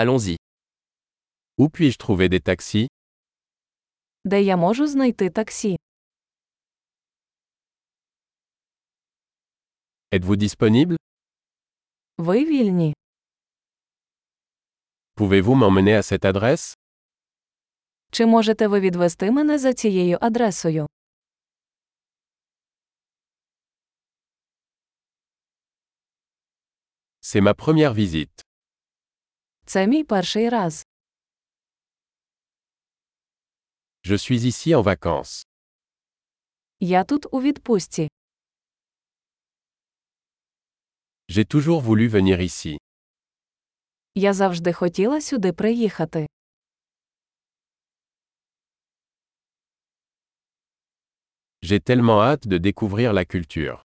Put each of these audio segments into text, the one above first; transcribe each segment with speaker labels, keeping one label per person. Speaker 1: Allons-y. Où puis-je trouver des taxis
Speaker 2: Де я можу знайти таксі?
Speaker 1: Êtes-vous disponible
Speaker 2: Ви вільні?
Speaker 1: Pouvez-vous m'emmener à cette adresse
Speaker 2: Чи можете ви відвести мене за цією адресою?
Speaker 1: C'est ma première visite.
Speaker 2: Це мій перший раз.
Speaker 1: Je suis ici en vacances.
Speaker 2: Я тут у відпустці.
Speaker 1: J'ai toujours voulu venir ici.
Speaker 2: Я завжди хотіла сюди приїхати.
Speaker 1: J'ai tellement hâte de découvrir la culture.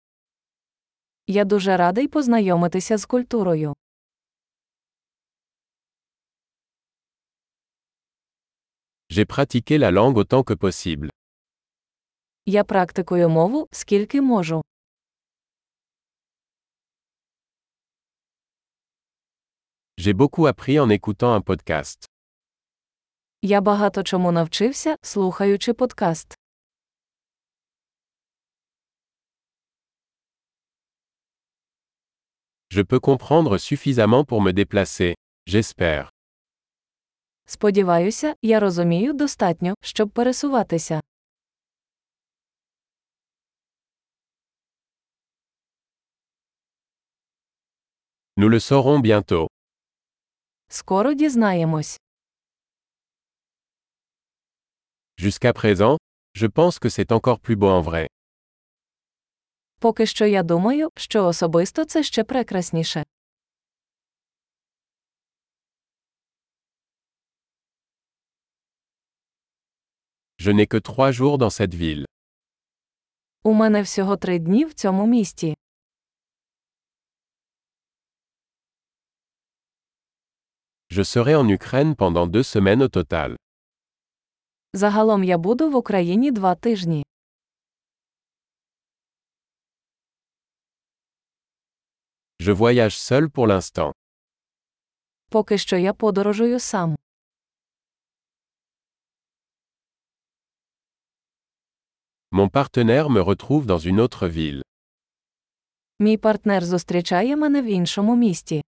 Speaker 2: Я дуже радий познайомитися з культурою.
Speaker 1: J'ai pratiqué la langue autant que possible.
Speaker 2: Я практикую мову, скільки можу.
Speaker 1: J'ai beaucoup appris en écoutant un podcast.
Speaker 2: Я багато чому навчився, слухаючи подкаст.
Speaker 1: Je peux comprendre suffisamment pour me déplacer, j'espère.
Speaker 2: Сподіваюся, я розумію достатньо, щоб пересуватися.
Speaker 1: Nous le saurons bientôt.
Speaker 2: Скоро дізнаємось.
Speaker 1: Jusqu'à présent, je pense que c'est encore plus beau en vrai.
Speaker 2: Поки що я думаю, що особисто це ще прекрасніше.
Speaker 1: Je n'ai que trois jours dans cette ville.
Speaker 2: У мене всього три дні в цьому місті.
Speaker 1: Je serai en Ukraine pendant deux semaines au total.
Speaker 2: Загалом я буду в Україні два тижні.
Speaker 1: Je voyage seul pour l'instant.
Speaker 2: Поки що я подорожую сам.
Speaker 1: Mon partenaire me retrouve dans une autre ville.
Speaker 2: Мій партнер зустрічає мене в іншому місті.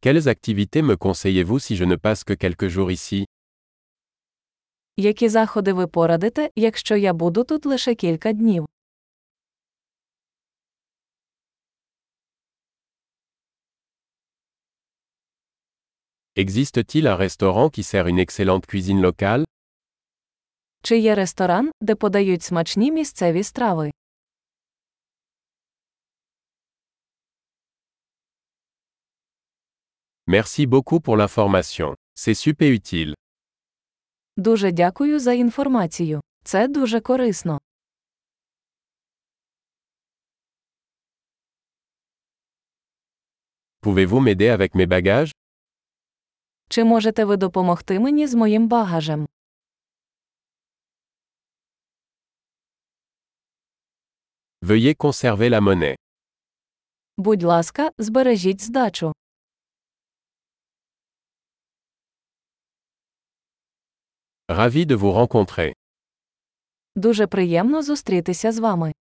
Speaker 1: Quelles activités me conseillez-vous si je ne passe que quelques jours ici
Speaker 2: Які заходи ви порадите, якщо я буду тут лише кілька днів?
Speaker 1: Existe-t-il un restaurant qui sert une excellente cuisine locale
Speaker 2: Чи є ресторан, де подають смачні місцеві страви?
Speaker 1: Merci beaucoup pour l'information. C'est super utile.
Speaker 2: Дуже дякую за інформацію. Це дуже корисно.
Speaker 1: Pouvez-vous m'aider avec mes bagages
Speaker 2: Чи можете ви допомогти мені з моїм багажем?
Speaker 1: Veuillez conserver la monnaie.
Speaker 2: Будь ласка, збережіть здачу.
Speaker 1: Ravi de vous rencontrer.
Speaker 2: Дуже приємно зустрітися з вами.